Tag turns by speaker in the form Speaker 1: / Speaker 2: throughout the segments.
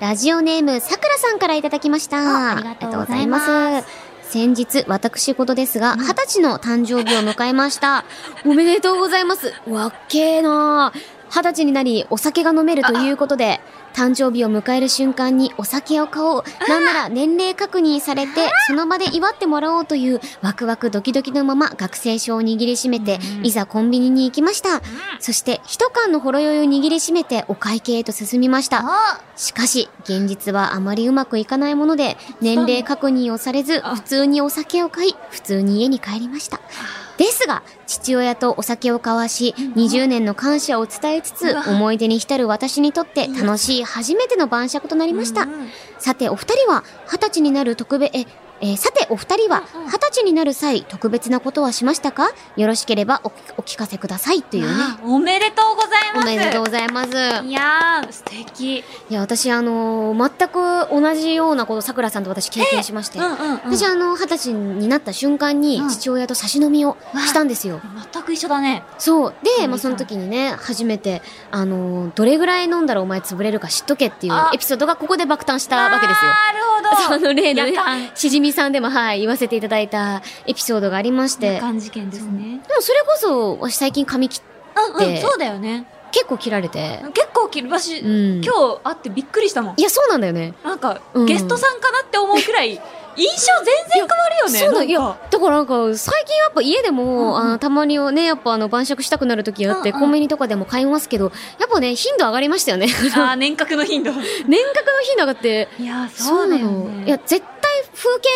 Speaker 1: ラジオネーム、さくらさんからいただきました。
Speaker 2: あありがとうございます
Speaker 1: ありがとうございます。先日、私事ですが、二、十、歳の誕生日を迎えました。 おめでとうございます。わっけーなー二十歳になり、お酒が飲めるということで、誕生日を迎える瞬間にお酒を買おう。なんなら年齢確認されて、その場で祝ってもらおうという、ワクワクドキドキのまま学生証を握りしめて、いざコンビニに行きました。そして、一缶のほろ酔いを握りしめて、お会計へと進みました。しかし、現実はあまりうまくいかないもので、年齢確認をされず、普通にお酒を買い、普通に家に帰りました。ですが、父親とお酒を交わし、20年の感謝を伝えつつ、思い出に浸る私にとって楽しい初めての晩酌となりました。さて、お二人は、二十歳になる特別、え、えーさて、お二人は、二十歳になる際、特別なことはしましたかよろしければお聞お聞かせください、というね。
Speaker 2: あおめでとうござい
Speaker 1: お
Speaker 2: ます
Speaker 1: めでとうございます。
Speaker 2: いやー素敵
Speaker 1: いや、私、あのー全く同じようなこと、桜さんと私経験しまして。
Speaker 2: うんうんうん
Speaker 1: 私、あの、二十歳になった瞬間に、
Speaker 2: うん
Speaker 1: 父親と差し飲みをしたんですよ。
Speaker 2: 全く一緒だね
Speaker 1: そう。で、
Speaker 2: うん
Speaker 1: まあ、その時にね、初めて、あのーどれぐらい飲んだらお前潰れるか知っとけっていう
Speaker 2: あ
Speaker 1: エピソードがここで爆誕したわけですよ。
Speaker 2: なるほ ど
Speaker 1: その例のね
Speaker 2: 夜間、
Speaker 1: しじみさんでも、はい、言わせていただいたエピソードがありまして。で
Speaker 2: 夜
Speaker 1: も、
Speaker 2: 間事件ですね
Speaker 1: それこそ、私最近髪切っ
Speaker 2: うんうん
Speaker 1: で
Speaker 2: そうだよね
Speaker 1: 結構切られて。
Speaker 2: 結構切るばし、
Speaker 1: うん。
Speaker 2: 今日会ってびっくりしたもん
Speaker 1: いや、そうなんだよね。
Speaker 2: なんか、
Speaker 1: うん
Speaker 2: ゲストさんかなって思うくらい印象全然変わるよね
Speaker 1: そうだ
Speaker 2: なん
Speaker 1: いや
Speaker 2: か
Speaker 1: だからなんか最近やっぱ家でも、
Speaker 2: うんうん
Speaker 1: あのたまにはねやっぱあの晩酌したくなる時あって、
Speaker 2: うんう
Speaker 1: コ
Speaker 2: ん
Speaker 1: ンビニとかでも買いますけどやっぱね頻度上がりましたよね 年
Speaker 2: あー年覚の頻度い
Speaker 1: 額の頻度上がって
Speaker 2: やーそうだよ
Speaker 1: そうな
Speaker 2: ね
Speaker 1: のいや絶対風景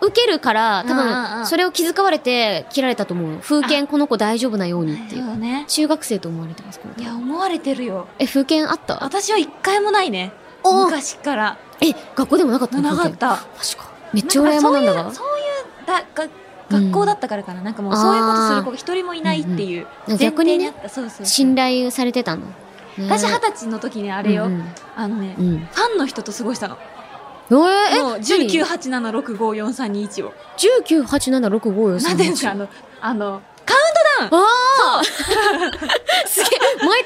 Speaker 1: 受けるから多
Speaker 2: うんうんう
Speaker 1: 分
Speaker 2: ん
Speaker 1: それを気遣われて切られたと思う風景この子大丈夫なようにって
Speaker 2: そ
Speaker 1: いうう
Speaker 2: だね
Speaker 1: 中学生と思われてますこの
Speaker 2: い
Speaker 1: 子
Speaker 2: や思われてるよ
Speaker 1: え風景あった
Speaker 2: 私は一回もないね
Speaker 1: お
Speaker 2: 昔から
Speaker 1: え学校でもなかったの
Speaker 2: なか
Speaker 1: 風
Speaker 2: っ
Speaker 1: 景
Speaker 2: た
Speaker 1: マジかめっちゃ羨まなんだ
Speaker 2: な
Speaker 1: が
Speaker 2: んかそういうそういうだが
Speaker 1: うん
Speaker 2: 学校だったからかな、なんかもうそういうことする子が一人もいないっていう
Speaker 1: うん
Speaker 2: 前
Speaker 1: 逆に
Speaker 2: 提
Speaker 1: ね
Speaker 2: にあった、そうそう
Speaker 1: 信頼されてたの、ね
Speaker 2: 私二十歳の時にあれよ、
Speaker 1: うん
Speaker 2: あのね、
Speaker 1: うんうん
Speaker 2: ファンの人と過ごしたの
Speaker 1: えーえ
Speaker 2: もう1987654321を
Speaker 1: 198765よ
Speaker 2: なんていうんですかあのあのカウントダウン
Speaker 1: ああすげえ毎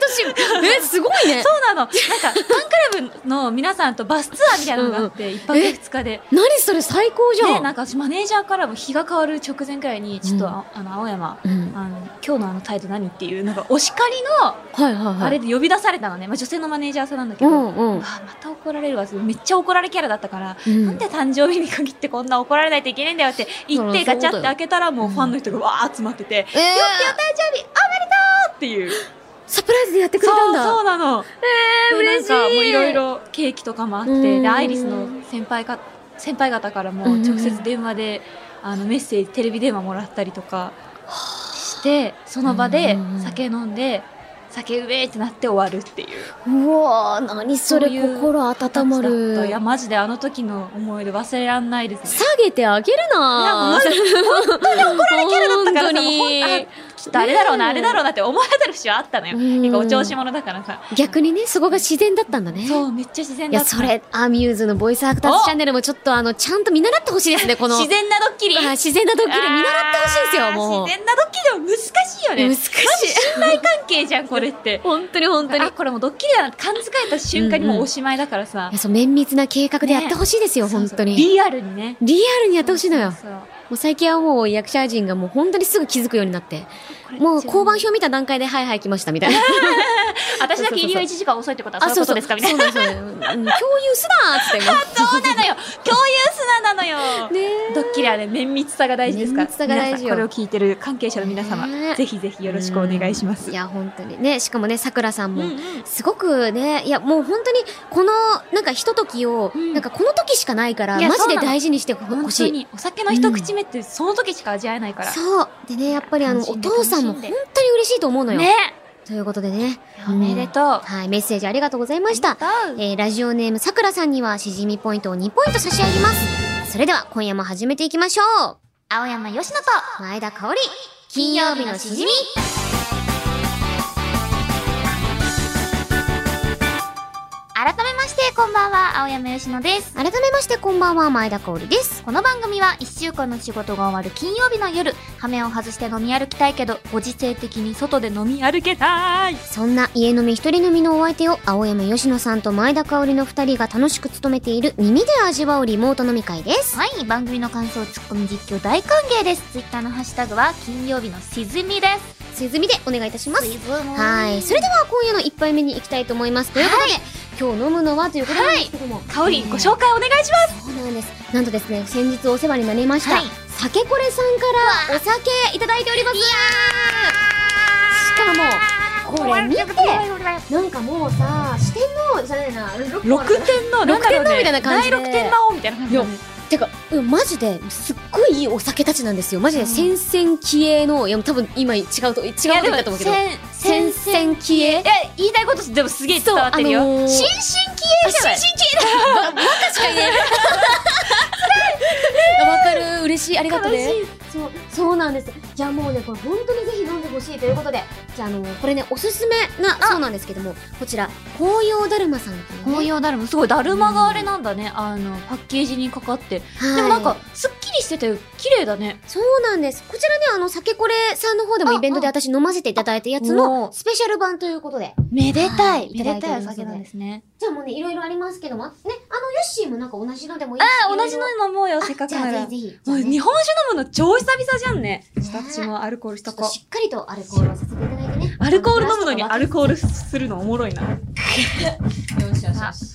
Speaker 1: 年えすごいね
Speaker 2: そうなのなんかファンクラブの皆さんとバスツアーみたいなのがあって一泊
Speaker 1: え
Speaker 2: 二日で
Speaker 1: 何それ最高じゃ
Speaker 2: で
Speaker 1: ん、
Speaker 2: なんか私マネージャーからも日が変わる直前くらいにちょっと、
Speaker 1: うん
Speaker 2: ああの青山
Speaker 1: うん、
Speaker 2: あの今日のあの態度何っていうなんかお叱りの
Speaker 1: はいはいはい
Speaker 2: あれで呼び出されたのね、まあ、女性のマネージャーさんなんだけ
Speaker 1: う
Speaker 2: ど、
Speaker 1: んうん
Speaker 2: わあまた怒られるわめっちゃ怒られキャラだったから、
Speaker 1: うん
Speaker 2: なんで誕生日に限ってこんな怒られないといけないんだよって言って
Speaker 1: そら
Speaker 2: ガ
Speaker 1: そうだ
Speaker 2: チャ
Speaker 1: よ
Speaker 2: って開けたらもうファンの人がわー集まってて、
Speaker 1: えー、
Speaker 2: っていう
Speaker 1: サプライズでやってくれた
Speaker 2: そ
Speaker 1: ん
Speaker 2: う
Speaker 1: だ
Speaker 2: そうなのえ
Speaker 1: 嬉しい
Speaker 2: なんかもういろいろケーキとかもあって
Speaker 1: うん
Speaker 2: でアイリスの先輩か先輩方からも直接電話で、あのメッセージテレビ電話もらったりとかしてその場で
Speaker 1: うん
Speaker 2: 酒飲んで酒うめえってなって終わるっていう
Speaker 1: うわー何それ
Speaker 2: そういう
Speaker 1: 心
Speaker 2: だ
Speaker 1: 温ま
Speaker 2: ったい
Speaker 1: る
Speaker 2: やマジであの時の思い出忘れらんないですね
Speaker 1: 下げてあげるな
Speaker 2: なんかマジで本当に怒られキャラだったから
Speaker 1: 本当
Speaker 2: さ
Speaker 1: に
Speaker 2: もうほんあきっとあれだろうな、
Speaker 1: ねえ
Speaker 2: あれだろうなって思われてる節はあったのよ、
Speaker 1: うん
Speaker 2: なんかお調子者だからさ
Speaker 1: 逆にねそこが自然だったんだね
Speaker 2: そうめっちゃ自然
Speaker 1: い
Speaker 2: だっ
Speaker 1: や
Speaker 2: た
Speaker 1: それアミューズのボイスアクターズチャンネルもちょっとあのちゃんと見習ってほしいですねこの
Speaker 2: 自然なドッキリ
Speaker 1: あ 自然なドッキリ見習ってほしいです
Speaker 2: あ
Speaker 1: よ
Speaker 2: ー
Speaker 1: もう
Speaker 2: 自然なドッキリは難しいよね
Speaker 1: 難しい
Speaker 2: 信頼関係じゃんこれって
Speaker 1: 本当に本当に
Speaker 2: あこれもうドッキリだなって勘づかれた瞬間にもうおしまいだからさ
Speaker 1: い、やそう綿密な計画でやってほしいですよ、
Speaker 2: そう
Speaker 1: 本
Speaker 2: そう
Speaker 1: 当に
Speaker 2: リアルにね
Speaker 1: リアルにやってほしいのよ
Speaker 2: そうそう
Speaker 1: もう最近はもう役者陣がもう本当にすぐ気づくようになって
Speaker 2: これ
Speaker 1: もう交番表見た段階ではいはい来ましたみ たいな
Speaker 2: 私だけ入りが1時間遅いってことはそういう
Speaker 1: そ
Speaker 2: こ
Speaker 1: うそ
Speaker 2: と
Speaker 1: う
Speaker 2: ですかみたい
Speaker 1: そうな
Speaker 2: な
Speaker 1: んですよねうん共有すなーっつ ってもう
Speaker 2: そうなのよ共有すななのよ
Speaker 1: ね
Speaker 2: ドッキリはね綿密さが大事ですから
Speaker 1: 綿密さが大事よ
Speaker 2: 皆さんこれを聞いてる関係者の皆様、
Speaker 1: ね
Speaker 2: ぜひぜひよろしくお願いします
Speaker 1: いや本当にねしかもねさくらさん
Speaker 2: うん
Speaker 1: も、
Speaker 2: うん
Speaker 1: すごくね、いやもう本当にこのなんかひとときを、
Speaker 2: うん
Speaker 1: なんかこの時しかないから
Speaker 2: いや
Speaker 1: マジ
Speaker 2: そう
Speaker 1: で
Speaker 2: なの
Speaker 1: 大事にして
Speaker 2: 本
Speaker 1: ほし
Speaker 2: 当
Speaker 1: い
Speaker 2: にお酒の一口目ってその時しか味わえないから、
Speaker 1: そうでねやっぱりあのお
Speaker 2: 楽しんで
Speaker 1: 父さんも
Speaker 2: 楽
Speaker 1: 本当
Speaker 2: し
Speaker 1: に
Speaker 2: んで
Speaker 1: 嬉しいと思うのよ、
Speaker 2: ね
Speaker 1: ということでね
Speaker 2: おめでとう、
Speaker 1: うんはいメッセージありがとうございました
Speaker 2: ありがとう
Speaker 1: えーラジオネームさくらさんにはしじみポイントを2ポイント差し上げますそれでは今夜も始めていきましょう
Speaker 2: 青山よしのと
Speaker 1: 前田香織金曜日のしじみ
Speaker 3: 改めましてこんばんは青山佳乃です
Speaker 1: 改めましてこんばんは、前田香織です。
Speaker 3: この番組は1週間の仕事が終わる金曜日の夜仮面を外して飲み歩きたいけどご時世的に外で飲み歩けたい
Speaker 1: そんな家飲み一人飲みのお相手を青山吉野さんと前田香織の二人が楽しく務めている耳で味わうリモート飲み会です。
Speaker 3: はい番組の感想ツッコミ実況大歓迎ですツイッターのハッシュタグは金曜日のしずみです
Speaker 1: 沈みでお願いいたします。は。
Speaker 3: はい
Speaker 1: それでは今夜の一杯目に行きたいと思います。ということで、今日飲むのはということなんですけども。
Speaker 2: 香りご紹介お願いします
Speaker 1: そうなんです。なんとですね、先日お世話になりました、
Speaker 3: はい
Speaker 1: 酒これさんからお酒いただいております。しかも、これ見て、なんかもうさ、四天王じゃないな、六
Speaker 2: 六点の
Speaker 1: 六点のみたいな感じで
Speaker 2: 第六点魔王みたいな感じだね
Speaker 1: てか、うん、マジで、すっごいいいお酒たちなんですよ。マジで、戦々気鋭の、いや、多分今違うと、違うと
Speaker 2: いや
Speaker 1: 言っ
Speaker 2: でも
Speaker 1: たと思うけど、
Speaker 2: 先
Speaker 1: 戦
Speaker 2: 先生
Speaker 1: 々気鋭
Speaker 2: いや言いたいことでもすげえ伝わってるよ、
Speaker 1: そうあのー
Speaker 2: 新進気鋭じゃない
Speaker 1: 新 わかる、嬉しい、ありがとうね。そう、そうなんです。じゃあもうね、これ本当にぜひ飲んでほしいということで、じゃああの、これね、おすすめな、そうなんですけども、こちら、紅葉だるまさんっていうね。
Speaker 2: 紅葉だるますごいだるまがあれなんだねあのパッケージにかかって、
Speaker 1: はい
Speaker 2: でもなんかすっきりしてて綺麗だね
Speaker 1: そうなんです。こちらね、あの、酒これさんの方でもイベントで私飲ませていただいたやつの
Speaker 2: おー
Speaker 1: スペシャル版ということで。
Speaker 2: めでたい、
Speaker 1: はい
Speaker 2: めでたいお
Speaker 1: いただいております
Speaker 2: 酒
Speaker 1: ので
Speaker 2: なんですね
Speaker 1: じゃあもうね、いろいろありますけども、ね、あの、ヨッシーもなんか同じのでもいいし。
Speaker 2: ああ
Speaker 1: いろい
Speaker 2: 同
Speaker 1: ろ
Speaker 2: じの飲もうよ
Speaker 1: あ
Speaker 2: せっかく
Speaker 1: じゃ
Speaker 2: な
Speaker 1: あぜ
Speaker 2: ら
Speaker 1: ひぜひ。
Speaker 2: もう
Speaker 1: じゃあね
Speaker 2: 日本酒飲むの超久々じゃんね
Speaker 1: ね
Speaker 2: ちょっと私もアルコールし
Speaker 1: ちょ
Speaker 2: と
Speaker 1: っと
Speaker 2: こ
Speaker 1: しっかりとアルコールをさせていただいてね。
Speaker 2: うアルコール飲むのにア
Speaker 1: あ
Speaker 2: ルコールするのおもろいなあ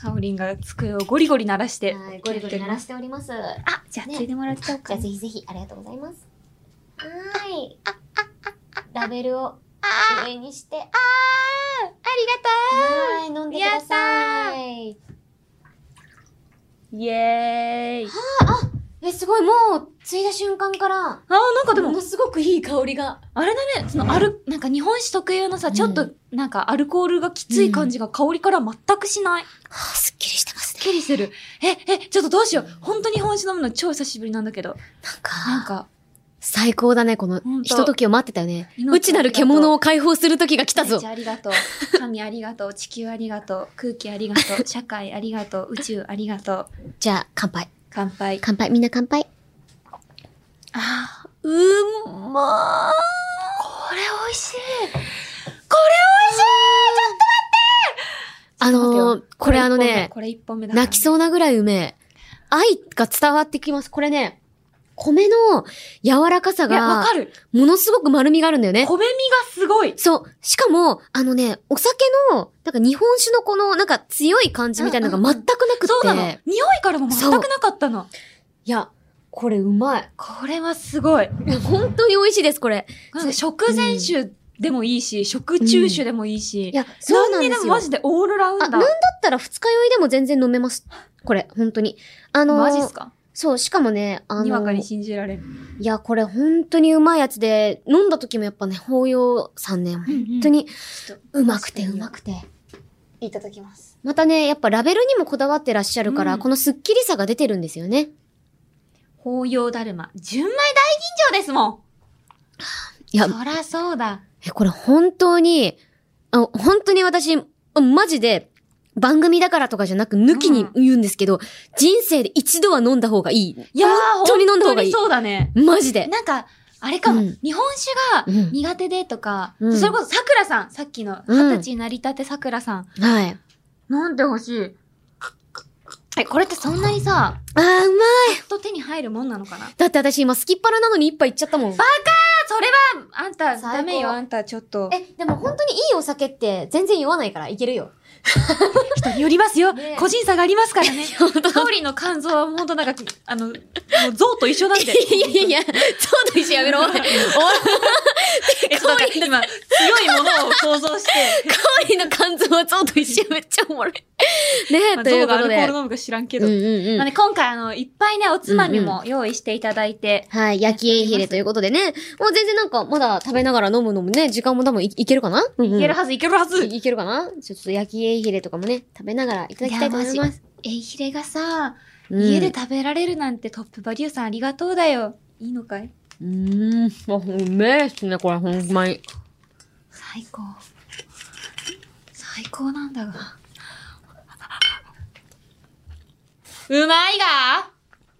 Speaker 2: ハオリンが机をゴリゴリ鳴らして
Speaker 1: はい、ゴリゴリ鳴らしております。じ
Speaker 2: あじゃあついでもらっちゃおうか
Speaker 1: ゃあぜひぜひ、ありがとうございます。はーい。ラベルを上にして。はーい、飲んでください。
Speaker 2: イエーイ
Speaker 1: え、すごい、もう、ついだ瞬間から、
Speaker 2: あーなんかでも
Speaker 1: ものすごくいい香りが。
Speaker 2: あれだね、そのアル、なんか日本酒特有のさ、
Speaker 1: うん
Speaker 2: ちょっとなんかアルコールがきつい感じが香りから全くしな
Speaker 1: は
Speaker 2: い。
Speaker 1: あ、すっきりしてます
Speaker 2: すっきりする。え、え、ちょっとどうしよう。本当に日本酒飲むの超久しぶりなんだけど。
Speaker 1: なん
Speaker 2: なん
Speaker 1: か、
Speaker 2: か、
Speaker 1: 最高だね、この
Speaker 2: ほん、と
Speaker 1: ひとときを待ってたよね。
Speaker 2: 命
Speaker 1: うちなる獣を解放する時が来た
Speaker 2: めっ
Speaker 1: ぞ
Speaker 2: ち。ゃありがとう。神ありがとう。 地球ありがとう。空気ありが とう。社会ありがとう。宇宙ありがとう。
Speaker 1: じゃあ、乾杯。
Speaker 2: 乾杯。
Speaker 1: 乾杯、みんな乾杯。
Speaker 2: あーうんまーこれ美味しい。これ美味しい
Speaker 1: あのー、これあのね、
Speaker 2: これ一本目だから
Speaker 1: 泣きそうなぐらいうめえ。愛が伝わってきます。これね、米の柔らかさ
Speaker 2: いや、わ
Speaker 1: が
Speaker 2: か、る。
Speaker 1: ものすごく丸みがあるんだよね。
Speaker 2: 米身がすごい。
Speaker 1: そう。しかも、あのね、お酒の、なんか日本酒のこの、なんか強い感じみたいなのが全くなくって。
Speaker 2: そうなの。匂いからも全くなかったの。
Speaker 1: いや、これうまい。
Speaker 2: これはすごい。
Speaker 1: いや本当に美味しいです、これ。
Speaker 2: なんか食前酒でもいいし、食中酒でもいいし。
Speaker 1: いや、そうなん
Speaker 2: 何に
Speaker 1: で
Speaker 2: ですも
Speaker 1: よ。
Speaker 2: マジでオールラウン
Speaker 1: あ、な
Speaker 2: ダ
Speaker 1: ん
Speaker 2: ー
Speaker 1: だ。ったら二日酔いでも全然飲めます。これ、本当に。あのー
Speaker 2: マジっすか
Speaker 1: そう、しかもね、あのー
Speaker 2: にわかに信じられる。
Speaker 1: いや、これ本当にうまいやつで、飲んだ時もやっぱね、法要さんね、本
Speaker 2: 本
Speaker 1: 当。に
Speaker 2: ちょっと
Speaker 1: うまくて
Speaker 2: 確
Speaker 1: う
Speaker 2: かに
Speaker 1: まくて。
Speaker 2: いただきます。
Speaker 1: またね、やっぱラベルにもこだわってらっしゃるから、
Speaker 2: うん
Speaker 1: このスッキリさが出てるんですよね。
Speaker 2: 紅葉だるま。純米大吟醸ですもん。
Speaker 1: いや、
Speaker 2: そらそうだ。
Speaker 1: え、これ本当に、あの本当に私、マジで、番組だからとかじゃなく、抜きに
Speaker 2: う
Speaker 1: 言うんですけど、人生で一度は飲んだ方がいい。
Speaker 2: いやー、
Speaker 1: 本当に飲んだ方がいい
Speaker 2: 本当にそうだね。
Speaker 1: マジで。
Speaker 2: なんか、あれかも。
Speaker 1: うん
Speaker 2: 日本酒が
Speaker 1: うん
Speaker 2: 苦手でとか、
Speaker 1: うん
Speaker 2: それこそ桜さん、さっきの
Speaker 1: うん
Speaker 2: 二十歳になりたて桜さん。
Speaker 1: はい。
Speaker 2: 飲んでほしい。え、これってそんな にさ、
Speaker 1: あー、うまい。
Speaker 2: やっと手に入るもんなのかなあ、
Speaker 1: だって私今、すきっ腹なのに一杯いっちゃったもん。
Speaker 2: それは、あんた、ダメよ、あんた、ちょっと。
Speaker 1: え、でも本当にいいお酒って全然酔わないからいけるよ。
Speaker 2: 人によりますよ
Speaker 1: ねえ
Speaker 2: 個人差がありますから ね。香りの肝臓は本当なんか、あの、もう象と一緒なんで。
Speaker 1: いやいやいや、ちょうど一緒やめ ろ。おい香
Speaker 2: えっと、なんか今、強いものを想像して、
Speaker 1: りの肝臓はちょうど一緒やめっちゃおもろい。ねえ、
Speaker 2: まあ、
Speaker 1: とい
Speaker 2: 象
Speaker 1: う
Speaker 2: が
Speaker 1: こ
Speaker 2: ア
Speaker 1: と
Speaker 2: ルコ
Speaker 1: で。
Speaker 2: ール飲むか知らんけど。
Speaker 1: うん
Speaker 2: な
Speaker 1: うんう
Speaker 2: の
Speaker 1: ん。
Speaker 2: で今回、あの、いっぱいね、おつまみも用意していただいて、
Speaker 1: はい、焼きエンヒレということでね。もう全然なんか、まだ食べながら飲むのもね、時間も多分いいけるかな、うんうん
Speaker 2: いけるはず、いけるはいず
Speaker 1: いけるかなちょっと焼きエンヒレとかもね、食べながらいただきたいと思い
Speaker 2: いや
Speaker 1: ま
Speaker 2: マ
Speaker 1: す。
Speaker 2: えいひれがさ、
Speaker 1: うん
Speaker 2: 家で食べられるなんてトップバリューさんありがとうだよ。いいのかいう
Speaker 1: ーん、あうめえっすね、これ、ほんまに。
Speaker 2: 最高最高なんだが
Speaker 4: うまいが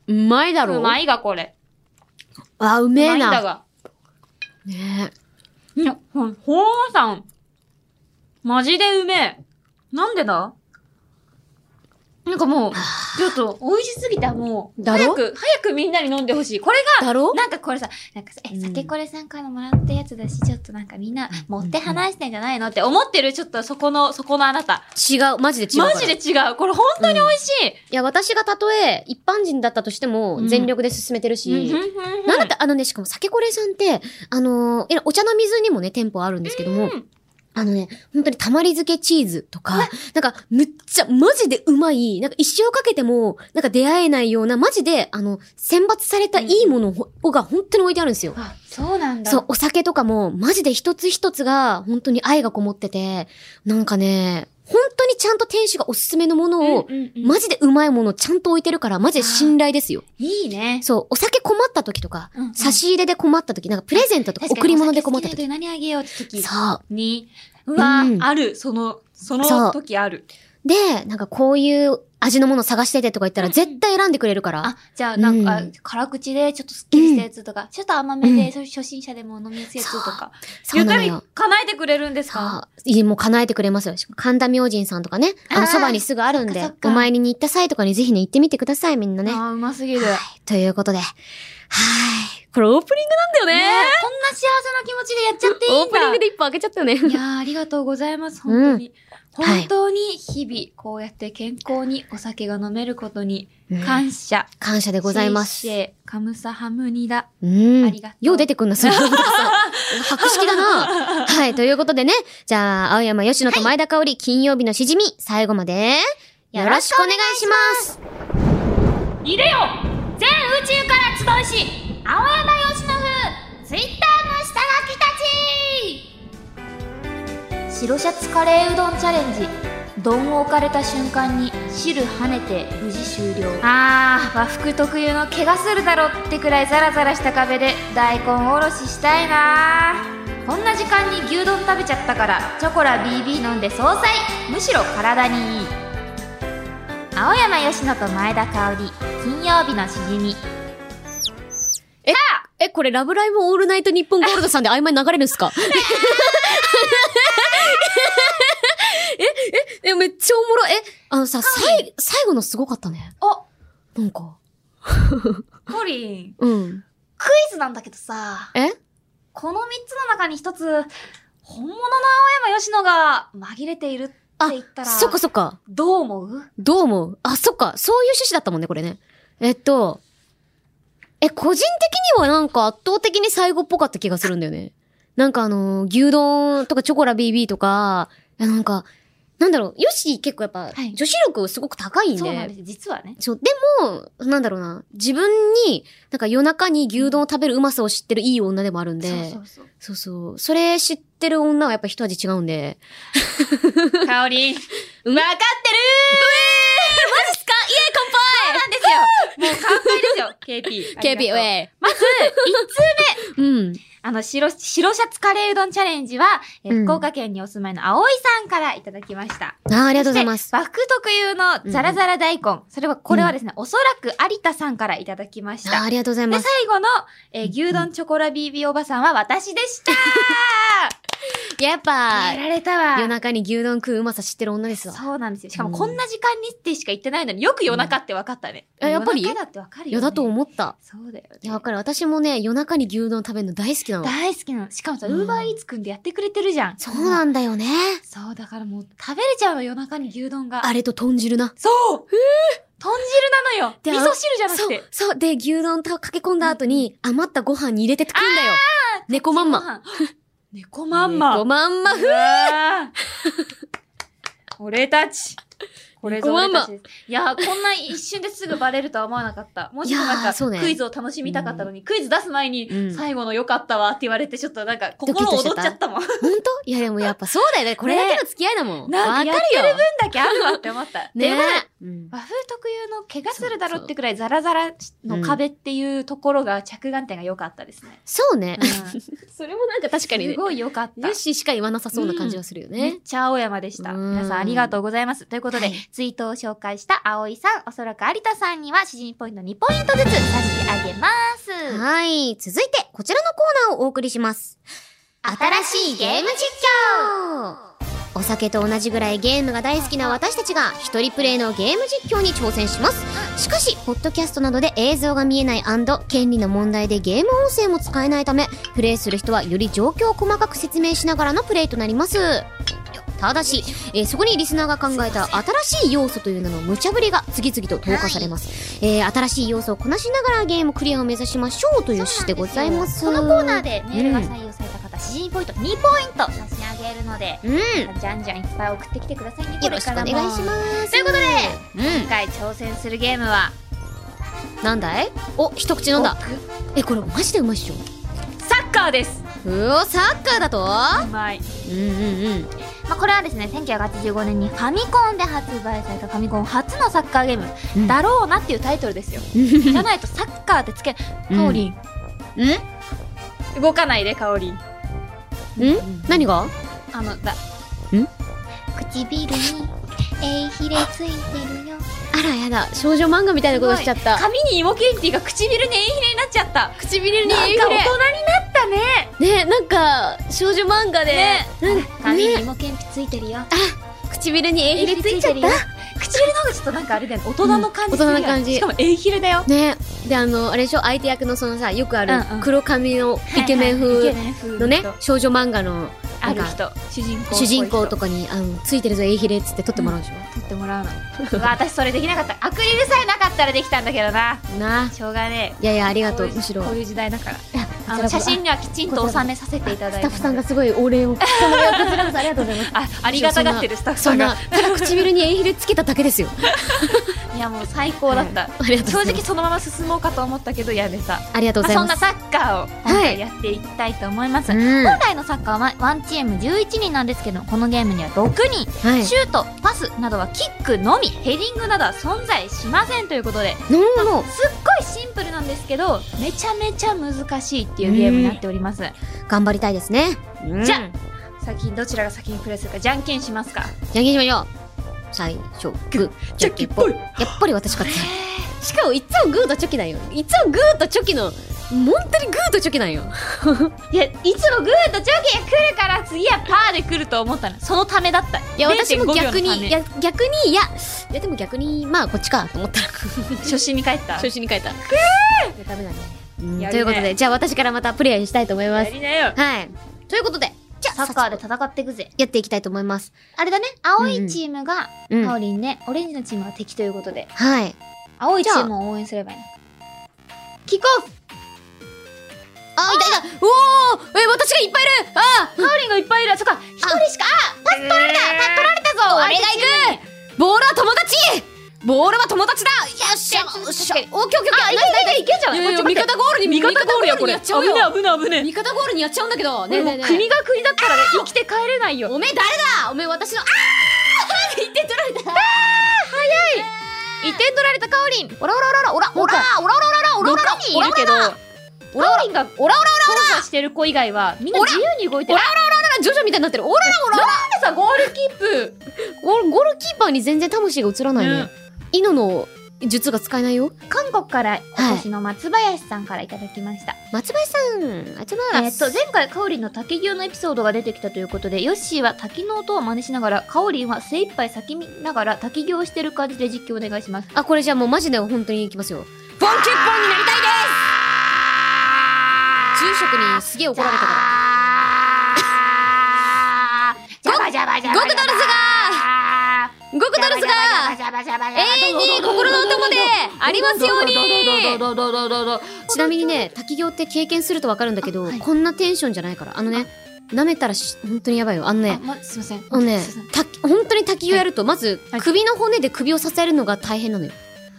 Speaker 1: うまいだろ
Speaker 4: うまいがこれ。
Speaker 1: あ、うめ
Speaker 4: う
Speaker 1: え
Speaker 4: まいんだ
Speaker 1: な。
Speaker 4: が。
Speaker 1: ね
Speaker 4: いや、ほんほうさん。マジでうめえ。なんでだなんかもう、ちょっと、美味しすぎた、もう。
Speaker 1: だ
Speaker 4: 早
Speaker 1: ろ
Speaker 4: く、早くみんなに飲んでほしい。これ
Speaker 1: えだろ
Speaker 2: なんかこれさ、なんかさ、
Speaker 1: う
Speaker 2: え、
Speaker 1: ん
Speaker 2: 酒これさんからもらったやつだし、ちょっとなんかみんな持って話してんじゃないのって思ってる、ちょっとそこの、そこのあなた。
Speaker 1: 違う。マジで違うから。
Speaker 4: マジで違う。これ本当に美味しい。
Speaker 1: いや、私がたとえ一般人だったとしても
Speaker 4: うん
Speaker 1: 全力で進めてるし、
Speaker 4: うん
Speaker 1: なんだって、あのね、しかも酒これさんって、あのーいやお茶の水にもね、店舗あるんですけども、
Speaker 4: ん
Speaker 1: あのね、本当にたまり漬けチーズとか、なんか、むっちゃ、マジでうまい、なんか一生かけても、なんか出会えないような、マジで、あの、選抜されたいいものを、ほが本当に置いてあるんですよ。
Speaker 2: あ、そうなん
Speaker 1: そう、お酒とかも、マジで一つ一つが、本当に愛がこもってて、なんかね、本当にちゃんと店主がおすすめのものを、マジでうまいものちゃんと置いてるから、マジで信頼ですよ。
Speaker 2: いいね。
Speaker 1: そう、お酒困った時とか、
Speaker 2: うんうん
Speaker 1: 差し入れで困った時、なんかプレゼントとか
Speaker 2: 確かに
Speaker 1: 贈り物で困った
Speaker 2: お酒
Speaker 1: 時。
Speaker 2: 好きな人に何あげようって時
Speaker 1: そう。
Speaker 4: に、うわ、
Speaker 1: うん
Speaker 4: ある、その、そ
Speaker 1: そう
Speaker 4: の時ある。
Speaker 1: で、なんかこういう味のもの探しててとか言ったら
Speaker 2: うん
Speaker 1: 絶対選んでくれるから。
Speaker 2: あ、じゃあなんか、
Speaker 1: うん
Speaker 2: 辛口でちょっとスッキリしたやつとか、ちょっと甘め
Speaker 1: う
Speaker 2: で、
Speaker 1: ん
Speaker 2: そ初心者でも飲みやすいやつとか。
Speaker 1: そうなの
Speaker 4: ゆっ
Speaker 1: よ
Speaker 4: く。り叶えてくれるんですか
Speaker 1: さあ、いいもう叶えてくれますよ。しかも神田明神さんとかね、あ
Speaker 2: あ
Speaker 1: の、
Speaker 2: ー
Speaker 1: そばにすぐあるんで
Speaker 2: そっかそっ、か
Speaker 1: お参りに行った際とかにぜひね、行ってみてください、みんなね。
Speaker 4: あーうますぎる。
Speaker 1: ということで、はーい。これオープニングなんだよ
Speaker 4: ね
Speaker 1: ね。
Speaker 2: こんな幸せな気持ちでやっちゃっていい
Speaker 1: オ
Speaker 2: んだ。
Speaker 1: ープニングで一本開けちゃったよね。
Speaker 4: いやーありがとうございます、本当に。
Speaker 1: うん
Speaker 4: 本当に日々、こうやって健康にお酒が飲めることに
Speaker 1: うん
Speaker 4: 感謝。
Speaker 1: 感謝でございま
Speaker 4: シ
Speaker 1: す
Speaker 4: ェ。イシェイカムサハムニダ。
Speaker 1: うん。
Speaker 4: ありがとう
Speaker 1: よう出てくんな、そう いうことさ。白識だ な。はい、ということでね。じゃあ、青山吉野と前田香織、金曜日のしじみ、最後まで、よろしくお願いします。
Speaker 2: いるよ全宇宙から集いし青山由伸ツイッターの下書きたち白シャツカレーうどんチャレンジ丼を置かれた瞬間に汁跳ねて無事終了あー和服特有の怪我するだろってくらいザラザラした壁で大根おろししたいなこんな時間に牛丼食べちゃったからチョコラ BB 飲んで総菜むしろ体にいい青山よしのと前田香織金曜日のしじみ
Speaker 1: え、これ、ラブライブオールナイト日本ゴールドさんで曖昧に流れるんすか え、え、え、めっちゃおもろ。え、あのさ、さい、最後のすごかったね。
Speaker 2: お
Speaker 1: なんか。
Speaker 2: コリン
Speaker 1: うん。
Speaker 2: クイズなんだけどさ
Speaker 1: え
Speaker 2: この3つの中に1つ本物の青山よしのが紛れているって言ったら
Speaker 1: そっかそっか。
Speaker 2: どう思う
Speaker 1: どう思うあ、そっか。そういう趣旨だったもんね、これね。えっと、え、個人的にはなんか圧倒的に最後っぽかった気がするんだよね。なんかあのー牛丼とかチョコラ BB とか、いやなんか、なんだろう、ヨッシー結構やっぱ、
Speaker 2: はい
Speaker 1: 女子力すごく高いんで。
Speaker 2: そうなんです実はね
Speaker 1: そう、でも、なんだろうな、自分に、なんか夜中に牛丼を食べるうまさを知ってるいい女でもあるんで、
Speaker 2: そうそう
Speaker 1: そうそう、それ知ってる女はやっぱ一味違うんで、
Speaker 2: そう香り
Speaker 4: わかってるーマジっすかイエー乾杯そうなんですよもう乾杯ですよ !KP。
Speaker 1: ケビウ
Speaker 4: イ。
Speaker 1: ェイ
Speaker 2: まず
Speaker 1: うん。
Speaker 2: あの白白シャツカレーうどんチャレンジは、え
Speaker 1: うん
Speaker 2: 福岡県にお住まいの葵さんからいただきました
Speaker 1: あー、あ
Speaker 2: あ
Speaker 1: りがとうございます。。
Speaker 2: 和服特有のザラザラ大根。それは、これはですね、おそらく有田さんからいただきまし
Speaker 1: あー
Speaker 2: た。
Speaker 1: あ
Speaker 2: で、
Speaker 1: りがとうございま
Speaker 2: 最
Speaker 1: す。
Speaker 2: 後の、えー牛丼チョコラ BB おばさんは私でした
Speaker 1: やっ
Speaker 2: や
Speaker 1: ぱ、
Speaker 2: られたわ
Speaker 1: 夜。中に牛丼食ううまさ知ってる女ですわ。
Speaker 2: そうなんですよ。しかも、
Speaker 1: うん
Speaker 2: こんな時間にってしか言ってないのによく夜中って分かったね。
Speaker 1: うんえやっぱり
Speaker 2: 夜中だって分かるよ、ね。
Speaker 1: いや、だと思った。
Speaker 2: そうだよ、ね。
Speaker 1: いや、わかる。私もね、夜中に牛丼食べるの大好きなの。
Speaker 2: 大好きなの。しかもさ、ウ
Speaker 1: うん
Speaker 2: ーバーイーツくんでやってくれてるじゃん。
Speaker 1: そうなんんだよね。
Speaker 2: そう、だからもう食べれちゃうの、夜中に牛丼が。
Speaker 1: あれと豚汁な。
Speaker 2: そう豚汁なのよ
Speaker 1: で
Speaker 2: 味
Speaker 1: あ
Speaker 2: 噌汁じゃなく
Speaker 1: そう
Speaker 2: て。、
Speaker 1: そう。で、牛丼とかけ込んだ後に、余ったご飯に入れて食うんだよ。猫まんま。
Speaker 4: ま。猫まんま。
Speaker 1: 猫まんま。
Speaker 4: うわー俺たち。これぞ俺たちです。
Speaker 2: いやー、こんな一瞬ですぐバレるとは思わなかった。もうちょっと
Speaker 1: いや
Speaker 2: な
Speaker 1: ーそうんね
Speaker 2: か、クイズを楽しみたかったのに、クイズ出す前に、
Speaker 1: うん
Speaker 2: 最後の良かったわって言われて、ちょっとなんか、
Speaker 1: キ
Speaker 2: 心
Speaker 1: としちゃ
Speaker 2: 躍
Speaker 1: った
Speaker 2: っちゃったもん。なん
Speaker 1: ほんといや、でもやっぱそうだよね。これだけの付き合いだもん。わ
Speaker 2: か
Speaker 1: か
Speaker 2: や
Speaker 1: る
Speaker 2: っ
Speaker 1: よ。
Speaker 2: てる分だけあるわって思った。
Speaker 1: ね
Speaker 2: で
Speaker 1: うん
Speaker 2: 和風特有の怪我するだろってくらいザラザラの壁っていうところが着眼点が良かったで すね。
Speaker 1: そうね。
Speaker 2: それもなん
Speaker 1: か確かにね
Speaker 2: すごい良かった
Speaker 1: ヨッ。シーしか言わなさそうな感じがするよ
Speaker 2: め
Speaker 1: ね
Speaker 2: っ。ちゃ青山でした。
Speaker 1: うん
Speaker 2: 皆さんありがとうございます。ということで、
Speaker 1: はい
Speaker 3: ツイートを紹介した葵さん、おそらく有田さんには、詩人ポイント2ポイントずつ差し上げます。
Speaker 1: はい。続いて、こちらのコーナーをお送りします。
Speaker 3: 新しいゲーム実
Speaker 1: 況お酒と同じぐらいゲームが大好きな私たちが一人プレイのゲーム実況に挑戦します。しかし、ポッドキャストなどで映像が見えない and 権利の問題でゲーム音声も使えないため、プレイする人はより状況を細かく説明しながらのプレイとなります。ただし、えーそこにリスナーが考えた新しい要素という名の無茶ぶりが次々と投下されます。えー新しい要素をこなしながらゲームクリアを目指しましょうという趣旨でございます。
Speaker 3: このコーナー
Speaker 1: で。
Speaker 3: でメールが採用された方、詩人ポイント2ポイント差し上げるので、
Speaker 1: うん。
Speaker 3: じゃんじゃんいっぱい送ってきてくださいね、
Speaker 1: よろしくお願いし
Speaker 3: す。
Speaker 1: ます。
Speaker 3: ということで、
Speaker 1: うん
Speaker 3: 今。回挑戦するゲームは、
Speaker 1: なんだいお、一口飲んだ。え、これマジでうまいっしょ。
Speaker 2: サッカーです
Speaker 1: うお、サッカーだと
Speaker 2: うまい
Speaker 1: うんうんうん。
Speaker 3: まあ、これはですね1985年にファミコンで発売されたファミコン初のサッカーゲーム、
Speaker 1: うん
Speaker 3: だろうなっていうタイトル ですよじゃないとサッカーってつけかおりん
Speaker 1: ん
Speaker 2: 動かないでかおりん
Speaker 1: ん何が
Speaker 3: あのだ
Speaker 1: ん
Speaker 3: 唇にえいひれついてるよ
Speaker 1: あらやだ、少女漫画みたいなことしちゃった。
Speaker 2: 髪に芋けんぴが唇にえいひれになっちゃった唇
Speaker 1: にえいひれ
Speaker 2: なんか大人になったね
Speaker 1: ねなんか、少女漫画で、
Speaker 2: ね
Speaker 3: 髪にもけんぴついてるよ
Speaker 1: 唇にえひれついちゃっ
Speaker 3: えいひれついてるよ
Speaker 1: た。
Speaker 2: 唇の方がちょっとなんかあれだよね大人の感じするよね、
Speaker 1: うん大人の感じ
Speaker 2: しかもえいひれだよ
Speaker 1: ねで、あの、あれでしょ相手役のそのさ、よくある
Speaker 2: うんうん
Speaker 1: 黒髪のイケメン
Speaker 2: はいはいイ
Speaker 1: 風
Speaker 2: ケメン風
Speaker 1: のね
Speaker 2: 人、
Speaker 1: 少女漫画の、な
Speaker 2: あ
Speaker 1: ん
Speaker 2: る
Speaker 1: か、
Speaker 2: 人主人公
Speaker 1: 主人公と
Speaker 2: か
Speaker 1: かに、あの、ついてるぞ、えいひれっつって撮ってもらうでし
Speaker 2: 取ってもらうのう わ私それできなかったアクリルさえなかったらできたんだけどな
Speaker 1: ょ。なあ。
Speaker 2: しょうがねえ
Speaker 1: いやいや、あり
Speaker 2: あ
Speaker 1: がとう、むしろ。
Speaker 2: こういう時代だから
Speaker 1: こち
Speaker 2: あの
Speaker 1: らこそ
Speaker 2: 写真にはきちんと収めさせていただ
Speaker 1: ス
Speaker 2: い
Speaker 1: タ
Speaker 2: て
Speaker 1: ッフさんがすごいお礼 を。こ ちらこそありがとうございます。
Speaker 2: あありがたがってるスタッフ
Speaker 1: そ
Speaker 2: さ
Speaker 1: ん
Speaker 2: ん
Speaker 1: な
Speaker 2: が、
Speaker 1: ただ唇にエイヒルつけただけですよ。
Speaker 2: いやもう最高だった、
Speaker 1: ありがとう
Speaker 2: 正
Speaker 1: ございま
Speaker 2: 直
Speaker 1: す。
Speaker 2: そのまま進もうかと思ったけどやめた
Speaker 1: ありがとう
Speaker 2: ま
Speaker 1: ご
Speaker 2: あ、
Speaker 1: ざい
Speaker 2: そん
Speaker 1: ま
Speaker 2: な
Speaker 1: す。
Speaker 2: サッカーを今回やっていきたいと思います、
Speaker 1: うん
Speaker 3: 今回のサッカーはワンチーム11人なんですけどこのゲームには6人
Speaker 1: はい。
Speaker 3: シュートパスなどはキックのみヘディングなどは存在しませんということで
Speaker 1: なるほど。
Speaker 3: すっごいシンプルなんですけどめちゃめちゃ難しいっていうゲームになっております、
Speaker 1: 頑張りたいですね。
Speaker 2: じゃあ
Speaker 1: あ、
Speaker 2: 先にどちらが先にプレイするかじゃんけんしますか
Speaker 1: じゃんけんしましょう。最初、グー、チョキポイ。やっぱり私勝つ。しかも、いつもグーとチョキだよ。いつもグーとチョキの、本当にグーとチョキなん よ。
Speaker 2: いやいつもグーとチョキが来るから次はパーで来ると思ったのそのためだった
Speaker 1: いや、私も
Speaker 2: 0.5
Speaker 1: 逆
Speaker 2: 秒のた
Speaker 1: に、
Speaker 2: め
Speaker 1: いや、逆に、いや、いや、でも逆に、まあ、こっちか、と思ったら。
Speaker 2: 初心に帰った
Speaker 1: 初心に変えた。いやダメだね。うん
Speaker 2: やるね
Speaker 1: ということで、じゃあ私からまたプレイしたいと思いま
Speaker 2: や
Speaker 1: す。
Speaker 2: りなよ
Speaker 1: はい。ということで、じゃあ、
Speaker 3: サッカーで
Speaker 1: 早速
Speaker 3: 戦っていくぜ
Speaker 1: やっていきたいと思います。
Speaker 3: あれだね青いチームが
Speaker 1: うん。
Speaker 3: カ
Speaker 1: は
Speaker 3: オリンで、オレンジのチームが敵ということで
Speaker 1: い。
Speaker 3: 青いチ
Speaker 1: じゃあ
Speaker 3: ームを応援すればいいなキックオフ
Speaker 1: あ、いたいたおおえ、私がいっぱいいるあ
Speaker 2: カオリンがいっぱいいるそっか一人しかあパス取られたパス取られたぞ
Speaker 1: あ俺が行くボールは友達ボールは友達だよっしゃ
Speaker 3: いやちょ
Speaker 1: よっしゃオッケーオッケーオッケーいけいけいけじゃ
Speaker 2: ん
Speaker 1: いやいや
Speaker 2: こっ
Speaker 1: 味
Speaker 2: ち待って
Speaker 1: 方ゴールに、
Speaker 2: 味方ゴールやこれ
Speaker 1: 味方ゴールにやっちゃうよ
Speaker 2: 危
Speaker 1: 味方ゴールにやっち
Speaker 2: ない危ない危ない
Speaker 1: ゃうんだけど。ねえねえ
Speaker 2: もう
Speaker 1: ねえ
Speaker 2: 国が国だったらね生きて帰れないよ
Speaker 1: おめえ誰だおめえ私の、あー一点取られた
Speaker 2: 一点取られたカオリン
Speaker 1: オラオラオラオラオラオラオラオラオラオラ
Speaker 2: いるけど
Speaker 1: オラオラ
Speaker 2: カオリンが
Speaker 1: オラオラオラ
Speaker 2: 操作してる子以外はみんな自由に動いて
Speaker 1: オ
Speaker 2: る
Speaker 1: ラオラジョジョみたいになってるオラオラオラ
Speaker 2: なんでさゴールキープ
Speaker 1: ゴールゴールキーパーに全然魂が映らないね
Speaker 2: ね。
Speaker 1: イノの術が使えないよ。
Speaker 3: 韓国から私の松林さんからいただきました、
Speaker 1: 松林さん、あちま
Speaker 3: えっと前回カオリンの竹牛のエピソードが出てきたということでヨッシーは滝の音を真似しながらカオリンは精一杯叫びながら滝行をしてる感じで実況お願いします
Speaker 1: あ、これじゃあもうマジで本当にいきますよ。ボンキュッボンになりたいです住職にすげえ怒られたか
Speaker 3: ジャバジャバジャバ
Speaker 1: ゴクドルス
Speaker 3: が
Speaker 1: ら。ゴクドルスが永遠に心のお供でありますようにちなみにね、滝行って経験するとわかるんだけど、
Speaker 3: あはい
Speaker 1: こんなテンションじゃないから。あのね、舐めたらし本当にやばいよ。あのね、
Speaker 2: ま、すいません
Speaker 1: あのね
Speaker 2: すいません、
Speaker 1: た本当に滝行やると、まず
Speaker 2: はい
Speaker 1: 首の骨で首を支えるのが大変なのよ。